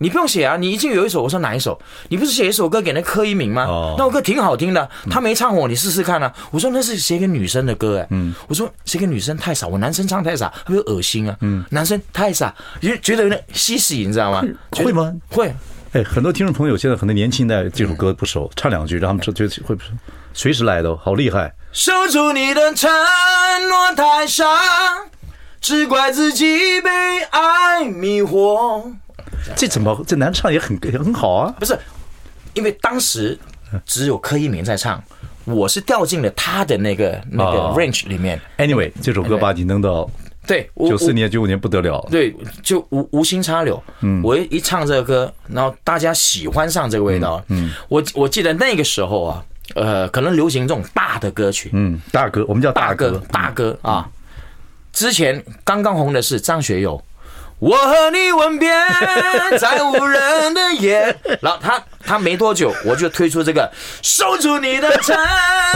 S2: 你不用写啊，你已经有一首。我说哪一首？你不是写一首歌给那柯一敏吗？
S1: 哦嗯
S2: 那首歌挺好听的，他没唱火，你试试看啊。我说那是写给女生的歌哎、嗯，我说写给女生太傻，我男生唱太傻，会不会恶心啊？嗯，男生太傻，就觉得有点稀奇，你知道吗？觉得
S1: 会吗？
S2: 会，
S1: 哎，很多听众朋友现在很多年轻代这首歌不熟，唱两句，让他们知觉得会不随时来的哦，好厉害！
S2: 守住你的承诺太傻，只怪自己被爱迷惑。
S1: 这怎么这难唱也很也很好啊？
S2: 不是，因为当时只有柯一敏在唱，我是掉进了他的那个那个
S1: 哦
S2: range 里面。
S1: Anyway，这首歌把你弄到
S2: 对，我
S1: 九
S2: 我
S1: 四年、九五年不得了，
S2: 对，就无无心插柳。嗯，我一唱这个歌，然后大家喜欢上这个味道。嗯，我我记得那个时候啊，呃，可能流行这种大的歌曲，
S1: 嗯，大哥，我们叫
S2: 大
S1: 哥嗯
S2: 哥，大哥啊。之前刚刚红的是张学友，我和你吻别在无人的 夜。然后他他没多久，我就推出这个守住你的承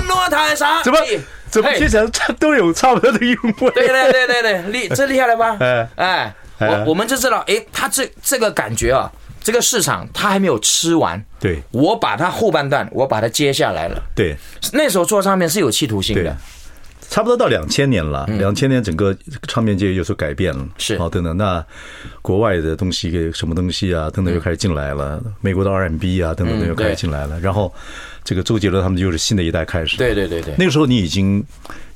S2: 诺太傻。
S1: 怎么
S2: 嘿
S1: 怎么
S2: 哎嘿
S1: 听起来差都有差不多的韵味？
S2: 对对对对对， 厉这厉害了吧？
S1: 哎
S2: 哎哎，我我们就知道，哎，他这这个感觉啊，这个市场他还没有吃完。
S1: 对
S2: 我把它后半段，我把它接下来了。
S1: 对
S2: 那时候做唱片是有企图心
S1: 对
S2: 的，，
S1: 差不多到两千年了，两千年整个唱片界有所改变了，
S2: 嗯是
S1: 好等等。那国外的东西给什么东西啊，等等又开始进来了，
S2: 嗯
S1: 美国的 R&B 啊，等等等又开始进来了。然后这个周杰伦他们又是新的一代开始，
S2: 对对对对，
S1: 那个时候你已经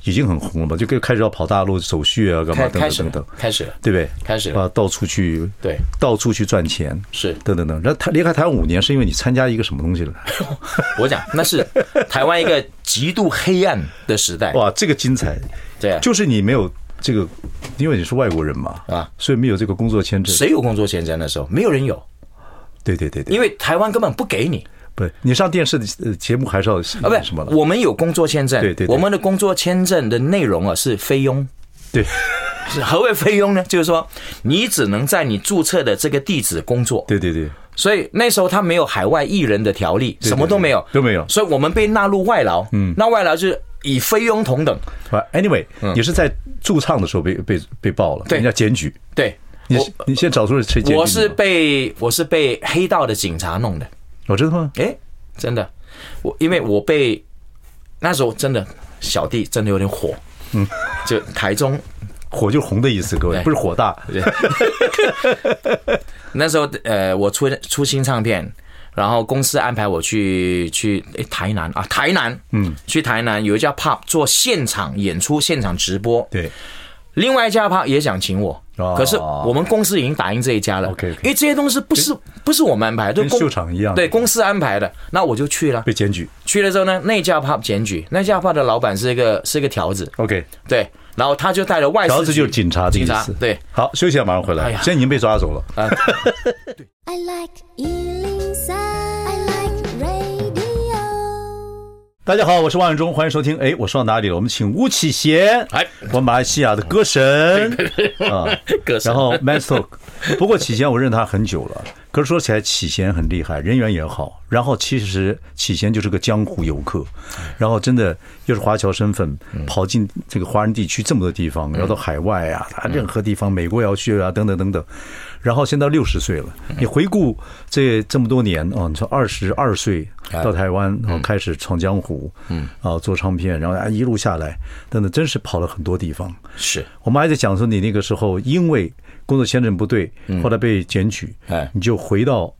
S1: 已经很红了吧？就开始要跑大陆走穴啊，干嘛
S2: 开
S1: 等
S2: 开
S1: 等
S2: 始
S1: 等等
S2: 了，，开始了，
S1: 对不对？
S2: 开始了
S1: 啊，到处去
S2: 对，
S1: 到处去赚钱，
S2: 是
S1: 等等等。然后他离开台湾五年，是因为你参加一个什么东西了？
S2: 我讲那 是台湾一个极度黑暗的时代，
S1: 哇，这个精彩！
S2: 对啊，
S1: 就是你没有这个，因为你是外国人嘛，
S2: 啊，
S1: 所以没有这个工作签证。
S2: 谁有工作签证的时候，没有人有，
S1: 对对对对，
S2: 因为台湾根本不给你。
S1: 不是你上电视的呃节目还是要
S2: 啊，
S1: 啊
S2: 不是
S1: 什么了？
S2: 我们有工作签证，
S1: 对对对
S2: 我们的工作签证的内容啊是菲佣。啊
S1: 对，
S2: 是何谓菲佣呢？就是说，你只能在你注册的这个地址工作。
S1: 对对对，
S2: 所以那时候他没有海外艺人的条例，
S1: 对
S2: 什么都没有，
S1: 都没有
S2: 所以我们被纳入外劳。嗯，那外劳就是以菲佣同等。
S1: 啊，anyway，你是在驻唱的时候被被被爆了，
S2: 嗯对
S1: 人家检举，
S2: 对，
S1: 你你先找出谁检举你吗？
S2: 我是被我是被黑道的警察弄的。
S1: 哦，真的吗？
S2: 诶，真的，我因为我被那时候真的小弟真的有点火，嗯， 就台中
S1: 火就是红的意思，各位
S2: 对
S1: 不是火大，
S2: 那时候呃，我出出新唱片，然后公司安排我去去诶台南啊，台南，嗯，去台南有一家 pub 做现场演出、现场直播，
S1: 对，
S2: 另外一家 pub 也想请我。
S1: 哦
S2: 可是我们公司已经答应这一家了
S1: OK，OK
S2: 因为这些东西不是不是我们安排，对
S1: 跟
S2: 公
S1: 秀场一样
S2: 对公司安排的，那我就去了。
S1: 被检举。
S2: 去了之后呢，那家 pub 检举，那家 pub 的老板是一个是一个条子，
S1: OK，
S2: 对，然后他就带了外事
S1: 条子
S2: 局
S1: 就是警察的意
S2: 警察
S1: 思。
S2: 对，
S1: 好，休息一下，马上回来。
S2: 哎呀啊
S1: 现在已经被抓走了。
S3: I like Ealing Sound. I like radio.
S1: 大家好，我是万永忠，欢迎收听。哎，我说到哪里了？我们请巫启贤，
S2: 哎，
S1: 我马来西亚的歌神啊，
S2: 歌神
S1: 然后 m a s t o k 不过启贤我认他很久了，可是说起来启贤很厉害，人缘也好。然后其实启贤就是个江湖游客，然后真的又是华侨身份，跑进这个华人地区这么多地方，然后到海外啊，他任何地方，美国也要去啊，等等等等。然后现在六十岁了，你回顾这这么多年啊，你从二十二岁到台湾，然后开始闯江湖，嗯，啊，做唱片，然后啊一路下来，等等，真是跑了很多地方。
S2: 是
S1: 我们还在讲说你那个时候因为工作签证不对，后来被检举，
S2: 嗯哎
S1: 你就回到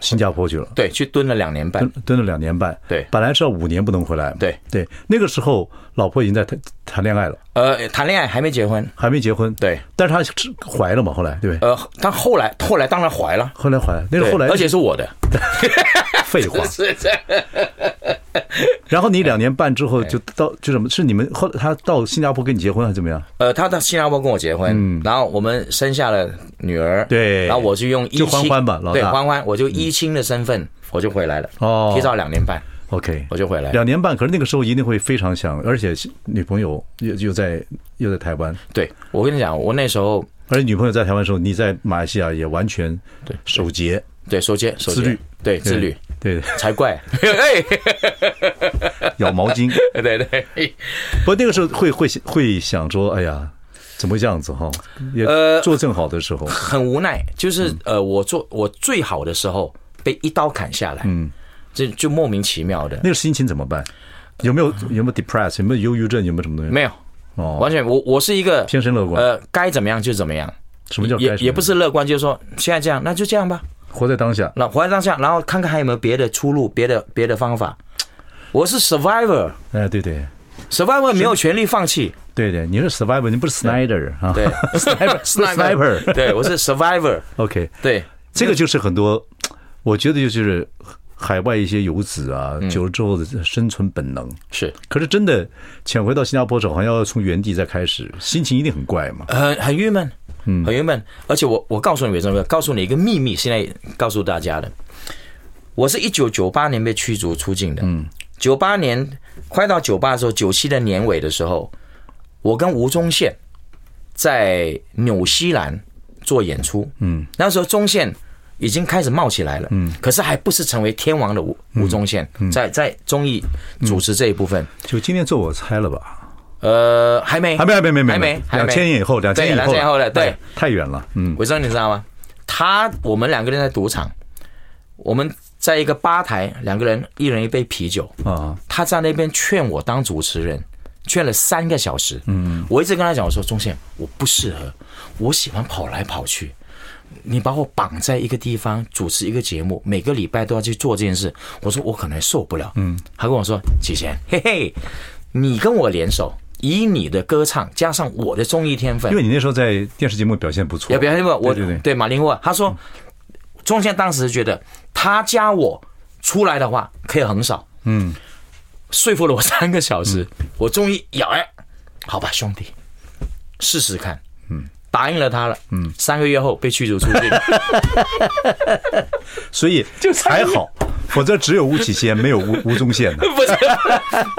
S1: 新加坡去了，
S2: 对，去蹲了两年半
S1: 蹲，蹲了两年半，
S2: 对
S1: 本来是要五年不能回来嘛，
S2: 对
S1: 对，那个时候老婆已经在谈谈恋爱了，
S2: 呃，谈恋爱还没结婚，
S1: 还没结婚，
S2: 对，
S1: 但是她是怀了嘛，后来对不对？
S2: 呃，但后来后来当然怀了，
S1: 后来怀了，那是
S2: 对
S1: 后来，
S2: 而且是我 的，，
S1: 废话
S2: 是这样
S1: 然后你两年半之后就
S2: 哎
S1: 到就什么是你们后来他到新加坡跟你结婚还是怎么样？
S2: 呃，他到新加坡跟我结婚，然后我们生下了女儿，
S1: 嗯对
S2: 然后我就用一
S1: 就欢欢吧老大嗯
S2: 对欢欢，我就一亲的身份我就回来了，
S1: 哦
S2: 提早两年半
S1: OK，
S2: 我就回来了，
S1: 两年半，可是那个时候一定会非常想，而且女朋友又又在又在台湾，
S2: 对我跟你讲，我那时候
S1: 而且女朋友在台湾的时候，你在马来西亚也完全
S2: 对
S1: 守节
S2: 对手接手接
S1: 自律，
S2: 对自律，
S1: 对， 对
S2: 才怪，哎，
S1: 咬毛巾。
S2: 对对，
S1: 不过那个时候会会会想说，哎呀，怎么会这样子哈？也
S2: 呃
S1: 做正好的时 候，
S2: 很无奈，
S1: 嗯
S2: 就是呃，我做我最好的时候被一刀砍下来，嗯，这就莫名其妙的，
S1: 那个心情怎么办？有没有有没有 depressed？有没有忧郁症？有没有什么东西？
S2: 没有，
S1: 哦
S2: 完全我我是一个
S1: 天生乐观
S2: 呃，该怎么样就怎么样。
S1: 什么叫
S2: 也
S1: 该什么
S2: 也不是乐观，就是说现在这样，那就这样吧。
S1: 活在当下。
S2: 那活在当下，然后看看还有没有别的出路，别的别的方法。我是 survivor，survivor
S1: 哎，对对
S2: 没有权利放弃。
S1: 对对，你是 survivor，你不是 Snyder 啊？
S2: 对
S1: ，sniper，sniper。
S2: 对我是 survivor。
S1: OK，
S2: 对
S1: 这个就是很多，我觉得就是海外一些游子啊，
S2: 嗯
S1: 久了之后的生存本能。
S2: 是
S1: 可是真的潜回到新加坡之后，好像要从原地再开始，心情一定很怪嘛。
S2: 很很郁闷，嗯，很郁闷。而且我我告诉你为什么，告诉你一个秘密，现在告诉大家的，我是一九九八年被驱逐出境的，嗯，九八年快到九八的时候，九七的年尾的时候，我跟吴宗宪在纽西兰做演出，嗯，那时候宗宪。已经开始冒起来了，嗯，可是还不是成为天王的吴
S1: 嗯
S2: 吴宗宪，在在综艺主持这一部分，
S1: 就今天做我猜了吧，
S2: 呃，还没，
S1: 嗯还没还没没
S2: 还没，还没
S1: 两千年以后，两千年
S2: 对
S1: 以
S2: 两
S1: 后，
S2: 千年以后了，对
S1: 哎，，太远了，嗯，
S2: 伟生，你知道吗？他我们两个人在赌场，我们在一个吧台，两个人一人一杯啤酒。
S1: 啊，
S2: 他在那边劝我当主持人，劝了三个小时。嗯，我一直跟他讲，我说钟宪，我不适合，我喜欢跑来跑去。你把我绑在一个地方主持一个节目，每个礼拜都要去做这件事，我说我可能受不了。嗯，他跟我说，启贤，嘿嘿，你跟我联手，以你的歌唱加上我的综艺天分
S1: 因，为你那时候在电视节目表现不错，
S2: 也表现过我
S1: 对嗯对对
S2: 马林沃，他说，钟宪当时觉得他加我出来的话可以横扫，嗯，说服了我三个小时，
S1: 嗯
S2: 我终于咬哎，好吧，兄弟，试试看，嗯，答应了他了，嗯，三个月后被驱逐出境，
S1: 所以还好，否则只有吴启先，没有吴 吴宗宪的。
S2: 不是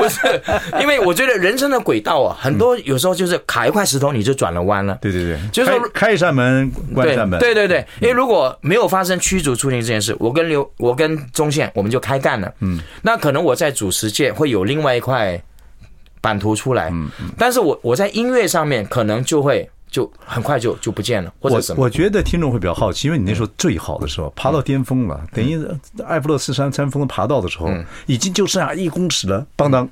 S2: 不是，因为我觉得人生的轨道啊，很多有时候就是卡一块石头你就转了弯了，
S1: 嗯对对对，
S2: 就是说
S1: 开开一扇门，关一扇门。嗯
S2: 对对对，因为如果没有发生驱逐出境这件事，我跟刘，我跟宗宪，我们就开干了。嗯，那可能我在主持界会有另外一块版图出来，嗯，但是我我在音乐上面可能就会就很快就就不见了，或者
S1: 我
S2: 什么。
S1: 我觉得听众会比较好奇，因为你那时候最好的时候，爬到巅峰
S2: 嗯
S1: 了，等于埃弗勒斯山山峰爬到的时候，已经就剩下一公尺了，邦当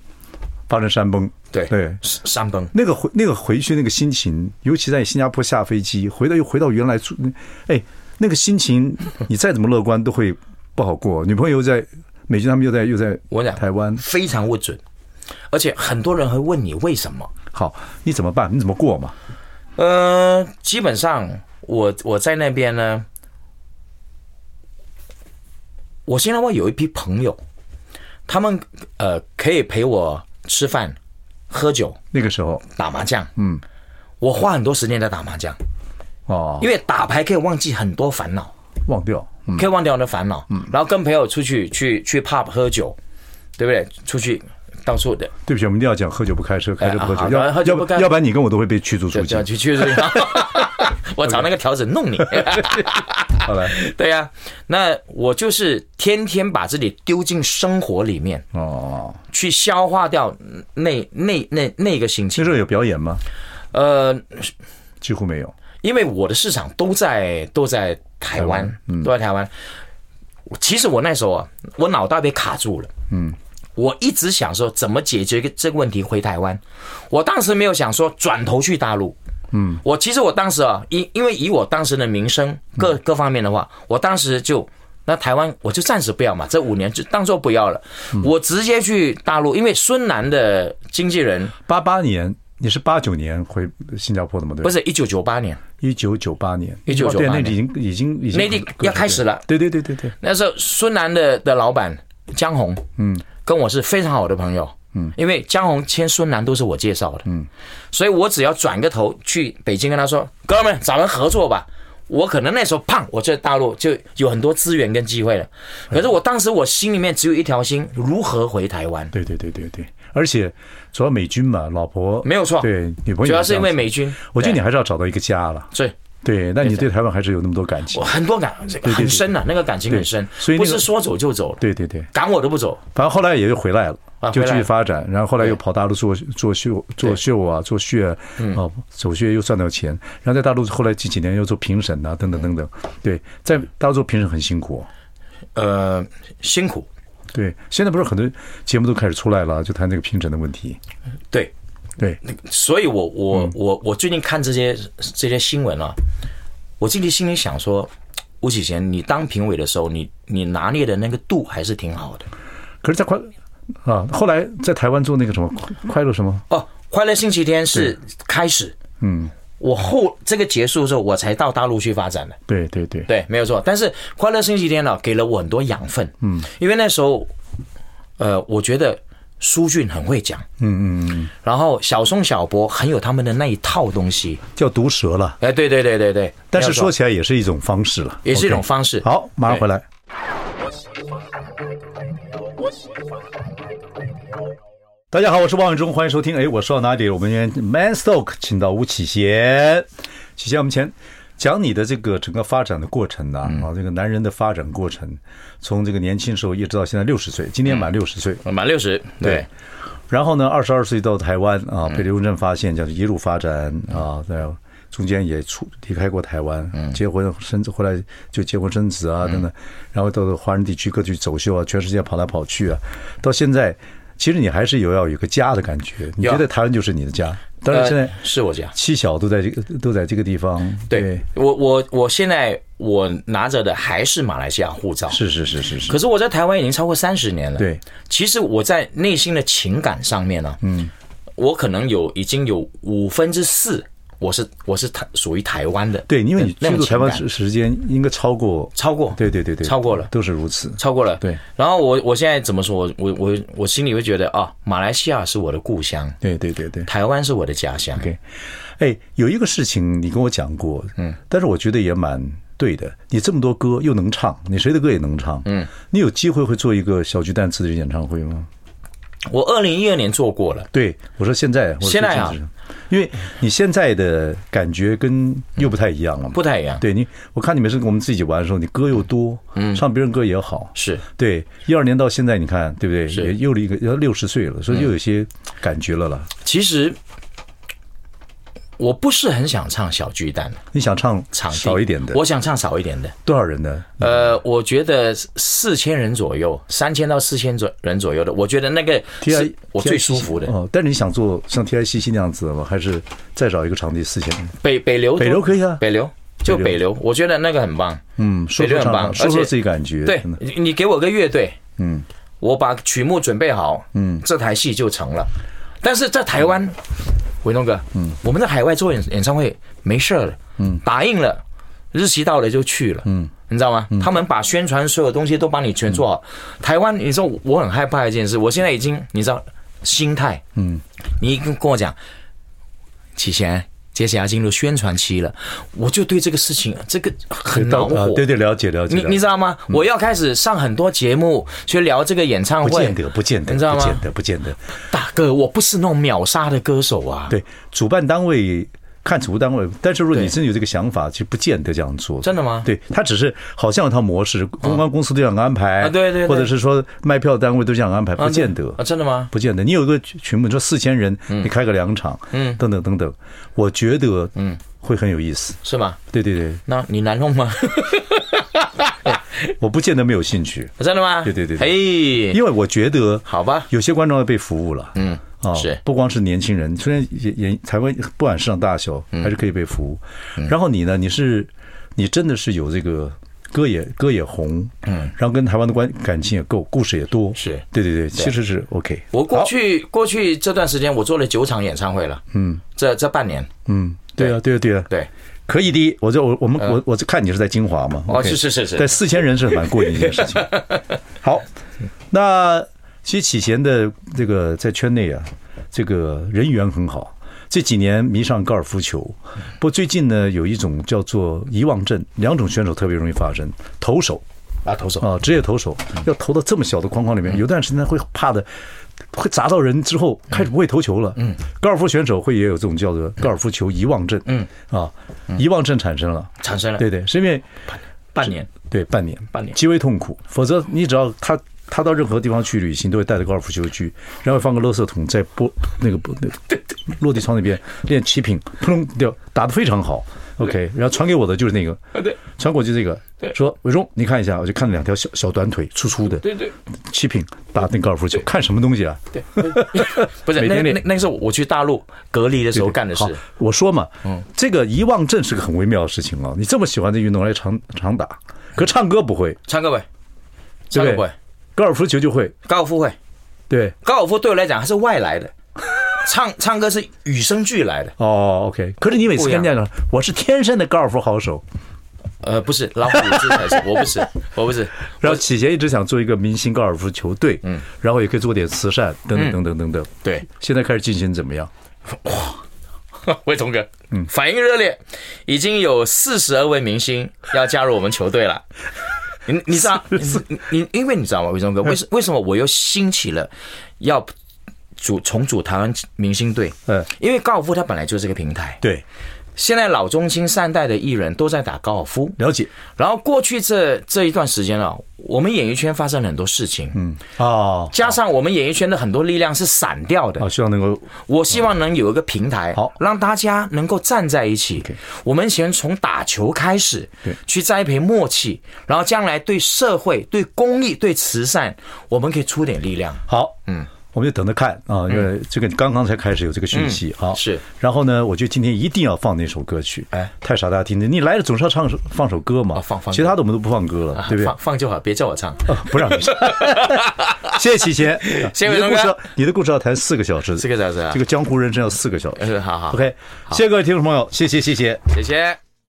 S1: 发生山崩。
S2: 嗯对
S1: 对，
S2: 山崩，
S1: 那个回那个回去那个心情，尤其在新加坡下飞机，回到又回到原来住，哎，那个心情，你再怎么乐观都会不好过。女朋友在美军，他们又在又在
S2: 我讲
S1: 台湾，
S2: 非常不准，而且很多人会问你为什么。
S1: 好，你怎么办？你怎么过嘛？
S2: 呃，基本上我我在那边呢，我新加坡有一批朋友，他们呃可以陪我吃饭、喝酒、
S1: 那个时候
S2: 打麻将。嗯，我花很多时间在打麻将，
S1: 哦，
S2: 因为打牌可以忘记很多烦恼，
S1: 忘掉，嗯，
S2: 可以忘掉你的烦恼。嗯，然后跟朋友出去去去 pub 喝酒，对不对？出去到处的
S1: 对不起，我们一定要讲喝酒不开车，开车不喝酒，
S2: 哎啊好
S1: 要
S2: 好喝酒
S1: 要不
S2: 不开
S1: 要不然你跟我都会被驱逐出
S2: 就
S1: 境
S2: 就。去去 去。我找那个调整弄你。
S1: 好 来，
S2: 对呀、那我就是天天把自己丢进生活里面，
S1: 哦，
S2: 去消化掉那那那那个心
S1: 那
S2: 情。
S1: 时候有表演吗？
S2: 呃，
S1: 几乎没有。
S2: 因为我的市场都在都在台湾，嗯都在台湾。其实我那时候啊，我脑袋被卡住了，嗯，我一直想说怎么解决这个问题回台湾。我当时没有想说转头去大陆，嗯，我其实我当时啊，因因为以我当时的名声各各方面的话，我当时就。那台湾我就暂时不要嘛，这五年就当做不要了。我直接去大陆，因为孙楠的经纪人
S1: 八八年，你是八九年回新加坡的吗？对
S2: 不，是一九九八年，
S1: 一九九八年，哦
S2: 1998
S1: 对，那
S2: 年
S1: 已经已经已经
S2: 内地要开始了
S1: 对对对对对，
S2: 那时候孙楠的的老板江红，嗯，跟我是非常好的朋友，嗯，因为江红签孙楠都是我介绍的，嗯，所以我只要转个头去北京跟他说，哥们，咱们合作吧。我可能那时候胖，我在大陆就有很多资源跟机会了。可是我当时我心里面只有一条心，如何回台湾？
S1: 对对对对对，而且主要美军嘛，老婆
S2: 没有错
S1: 对女朋友
S2: 主要是因
S1: 这
S2: 为
S1: 样子，
S2: 美军，
S1: 我觉得你
S2: 对
S1: 还是要找到一个家了。
S2: 所以
S1: 对，但你对台湾还是有那么多感情
S2: 我。很多感很深啊，那个感情很深
S1: 对，所以那
S2: 不
S1: 个
S2: 是说走就走，
S1: 对对对，
S2: 赶我都不走。
S1: 反正后来也就回来了
S2: 啊。
S1: 就
S2: 回
S1: 继
S2: 来
S1: 续
S2: 了
S1: 发展，然后后来又跑大陆做做秀、做秀啊，做血啊，
S2: 嗯
S1: 走穴又赚到钱，然后在大陆后来几几年又做评审啊，等
S2: 嗯
S1: 等等等。对，在大陆做评审很辛苦哦。
S2: 呃，辛苦，
S1: 对，现在不是很多节目都开始出来了，就谈这个评审的问题。
S2: 对，
S1: 对，
S2: 所以我
S1: 嗯
S2: 我我我最近看这些这些新闻啊，我自己心里想说，吴启贤，你当评委的时候，你你拿捏的那个度还是挺好的
S1: 可是，在快啊，后来在台湾做那个什么快快乐什么，
S2: 哦。快乐星期天是开始，嗯，我后这个结束之后，我才到大陆去发展的。
S1: 对对对，
S2: 对，没有错。但是快乐星期天呢、啊给了我很多养分。嗯，因为那时候，呃，我觉得苏俊很会讲，
S1: 嗯嗯嗯，
S2: 然后小松小博很有他们的那一套东西。
S1: 叫哦毒舌了，
S2: 哎，对对对对对。
S1: 但
S2: 没
S1: 是
S2: 有错
S1: 说起来也是一种方式了，
S2: 也是一种
S1: OK
S2: 方式。哎
S1: 好，马上回来。大家好，我是王伟忠，欢迎收听。哎，我说到哪里了？我们今天 Man Stoke 请到吴启贤，启贤，我们前讲你的这个整个发展的过程呢、
S2: 嗯
S1: 啊，这个男人的发展过程，从这个年轻时候一直到现在六十岁，今年满
S2: 嗯
S1: 六十岁，
S2: 我满六十，对，
S1: 然后呢，二十二岁到台湾啊，
S2: 嗯
S1: 被刘文正发现，叫做一路发展啊，在中间也出离开过台湾，
S2: 嗯
S1: 结婚生子，后来就结婚生子啊等等，然后到华人地区各地走秀啊，全世界跑来跑去啊，到现在，其实你还是有要有个家的感觉，你
S2: 有
S1: 觉得台湾就是你的家？当然
S2: 呃
S1: 现在
S2: 是我家。
S1: 妻小都在这个都在这个地方，
S2: 对，我我我现在我拿着的还是马来西亚护照，
S1: 是是是是是，
S2: 可是我在台湾已经超过三十年了。
S1: 对，
S2: 其实我在内心的情感上面呢、嗯，我可能有已经有五分之四，我是我是台属于台湾的。
S1: 对，因为你
S2: 那
S1: 居
S2: 种
S1: 住台湾
S2: 情感
S1: 时时间应该超过，
S2: 超过，
S1: 对对对对，
S2: 超过了
S1: 都是如此，
S2: 超过了。
S1: 对，
S2: 然后我我现在怎么说？我我我我心里会觉得啊，马来西亚是我的故乡，
S1: 对对对对。
S2: 台湾是我的家乡。
S1: OK，哎，有一个事情你跟我讲过，嗯，但是我觉得也蛮对的。你这么多歌又能唱，你谁的歌也能唱，嗯，你有机会会做一个小巨蛋自己演唱会吗？
S2: 我二零一二年做过了。
S1: 对，我说现在，我说
S2: 现在啊
S1: 这样子，因为你现在的感觉跟又不太一样了嘛
S2: 不。太一样，
S1: 对你，我看你每次跟我们自己玩的时候，你歌又多，嗯，唱别人歌也好，
S2: 是
S1: 对。一二年到现在，你看对不对？也又了一个要六十岁了，
S2: 嗯
S1: 所以又有些感觉了啦。
S2: 其实我不是很想唱小巨蛋
S1: 你想唱
S2: 场地
S1: 少一点的，
S2: 我想唱少一点的。
S1: 多少人的？
S2: 呃，我觉得四千人左右，三千到四千左人左右的，我觉得那个
S1: T I
S2: 是我最舒服的。
S1: 哦，但是你想做像 T I C C 那样子的吗？还是再找一个场地四千？
S2: 北北流，
S1: 北流可以啊
S2: 北流就
S1: 北
S2: 北流，我觉得那个很棒。
S1: 嗯，说
S2: 北流
S1: 说
S2: 很
S1: 唱，
S2: 棒
S1: 说
S2: 而
S1: 说
S2: 且
S1: 自己感觉。嗯
S2: 对
S1: 真的
S2: 你，你给我个乐队，嗯，我把曲目准备好，嗯，这台戏就成了。但是在台湾，伟东哥，嗯，我们在海外做演演唱会没事儿了，嗯，打印了，日期到了就去了，嗯。你知道吗？他们把宣传所有东西都帮你全做好。台湾，你知道我很害怕一件事，我现在已经你知道心态，嗯，你跟跟我讲，启贤，接下来进入宣传期了，我就对这个事情这个很恼
S1: 到啊
S2: 火，，
S1: 对对，了解了解。
S2: 你你知
S1: 道嗯
S2: 道吗？我要开始上很多节目去聊这个演唱
S1: 不
S2: 会，
S1: 见得，不见得，
S2: 你知道
S1: 不
S2: 吗
S1: 见得，不见得。
S2: 大哥，我不是那种秒杀的歌手啊，
S1: 对，主办单位看主办单位，但是如果你
S2: 对
S1: 真的有这个想法，其实不见得这样做。
S2: 真的吗嗯
S1: 对他只是好像有套模式，公关公司都想安排，
S2: 啊对对对
S1: 或者是说卖票单位都想安排，不见得。
S2: 啊，真的吗？
S1: 不见得。你有一个群目，你说四千人，你开个两场，嗯，等等等等，我觉得，嗯，会很有意思。
S2: 是吗？
S1: 对对对，
S2: 那你难弄吗？
S1: 我不见得没有兴趣，
S2: 真的吗？
S1: 对对对
S2: 嘿，
S1: 因为我觉得
S2: 好吧，
S1: 有些观众要被服务了，嗯，啊
S2: 是
S1: 不光是年轻人，虽然也也台湾不管市场大小，
S2: 嗯
S1: 还是可以被服务。然后你呢，你是你真的是有这个。歌也歌也红，嗯，然后跟台湾的关感情也够，故事也多，
S2: 是
S1: 对对对，其实是 OK。
S2: 我过去过去这段时间，我做了九场演唱会了，嗯，这这半年，
S1: 嗯，对啊，对啊，对啊，
S2: 对，
S1: 可以的。我就我我们我我就看你是在金华嘛，
S2: 嗯哦
S1: OK
S2: 是是是是
S1: 但四千人是蛮过瘾的一件 事情。好，那其实启贤的这个在圈内啊，这个人缘很好。这几年迷上高尔夫球，不过最近呢有一种叫做遗忘症，两种选手特别容易发生。投手嗯
S2: 啊，投手，
S1: 啊，职业投手要投到这么小的框框里面，有段时间他会怕的，会砸到人之后开始不会投球了。嗯，高尔夫选手会也有这种叫做高尔夫球遗忘症。嗯，啊，遗忘症产生了，
S2: 产生了
S1: 对对，是因为
S2: 半年，
S1: 对半年，
S2: 半年
S1: 极为痛苦。否则你只要他他到任何地方去旅行，都会带着高尔夫球去，然后放个垃圾桶在玻那个玻那个落地窗那边练起品，扑通掉，打得非常好。OK，然后传给我的就是那个，
S2: 啊对
S1: 传过去这个，说伟忠，你看一下，我就看了两条小小短腿，粗粗的，
S2: 对对，
S1: 七品打那高尔夫球，看什么东西啊？
S2: 对，不是
S1: 每天
S2: 那
S1: 练
S2: 那那是我去大陆隔离的时候干的事嗯
S1: 好，我说嘛，这个遗忘症是个很微妙的事情啊。你这么喜欢这运动，还常常打，可唱歌不会，
S2: 唱歌会，唱
S1: 对
S2: 歌
S1: 不对
S2: 会，？
S1: 高尔夫球就会，
S2: 高尔夫会，
S1: 对，
S2: 高尔夫对我来讲还是外来的，唱唱歌是与生俱来的，
S1: 哦，OK。可是你每次
S2: 不一
S1: 跟
S2: 样
S1: 人家讲，我是天生的高尔夫好手，
S2: 呃，不是老虎这才是，我不是，我不是，
S1: 然后启贤一直想做一个明星高尔夫球队，嗯，然后也可以做点慈善，等等等等等等。
S2: 对，
S1: 现在开始进行怎么样？
S2: 魏童哥，嗯，反应热烈，已经有四十二位明星要加入我们球队了。你你知道，你你因为你知道吗，魏忠哥，
S1: 嗯
S2: 为什为什么我又兴起了要组重组台湾明星队？
S1: 嗯，
S2: 因为高尔夫它本来就是个平台，
S1: 对，
S2: 现在老中青三代的艺人都在打高尔夫，
S1: 了解
S2: 然后过去这这一段时间啊，我们演艺圈发生了很多事情，嗯，
S1: 哦，
S2: 加上我们演艺圈的很多力量是散掉的
S1: 啊，，希望能够
S2: 我希望能有一个平台，
S1: 好
S2: 让大家能够站在一起。我们先从打球开始，
S1: 对
S2: 去栽培默契，然后将来对社会、对公益、对慈善，我们可以出点力量。
S1: 好，嗯，我们就等着看啊，因为这个刚刚才开始有这个讯息啊、好
S2: 是。
S1: 然后呢，我觉得今天一定要放那首歌曲，
S2: 哎
S1: 太傻大家听听，你来了总是要唱首放首歌嘛，
S2: 啊放放
S1: 其他的我们都不放歌了，对不对？
S2: 放放就好，别叫我唱。
S1: 啊 不让你 唱，谢谢启贤，
S2: 谢谢
S1: 你
S2: 伟
S1: 的
S2: 东
S1: 故
S2: 哥
S1: 事要，你的故事要谈四个小时，
S2: 四个小时啊
S1: 这个江湖人生要四个小时
S2: 呃，好好
S1: ，OK，谢谢各位听众朋友，谢谢，谢谢。
S2: 谢谢。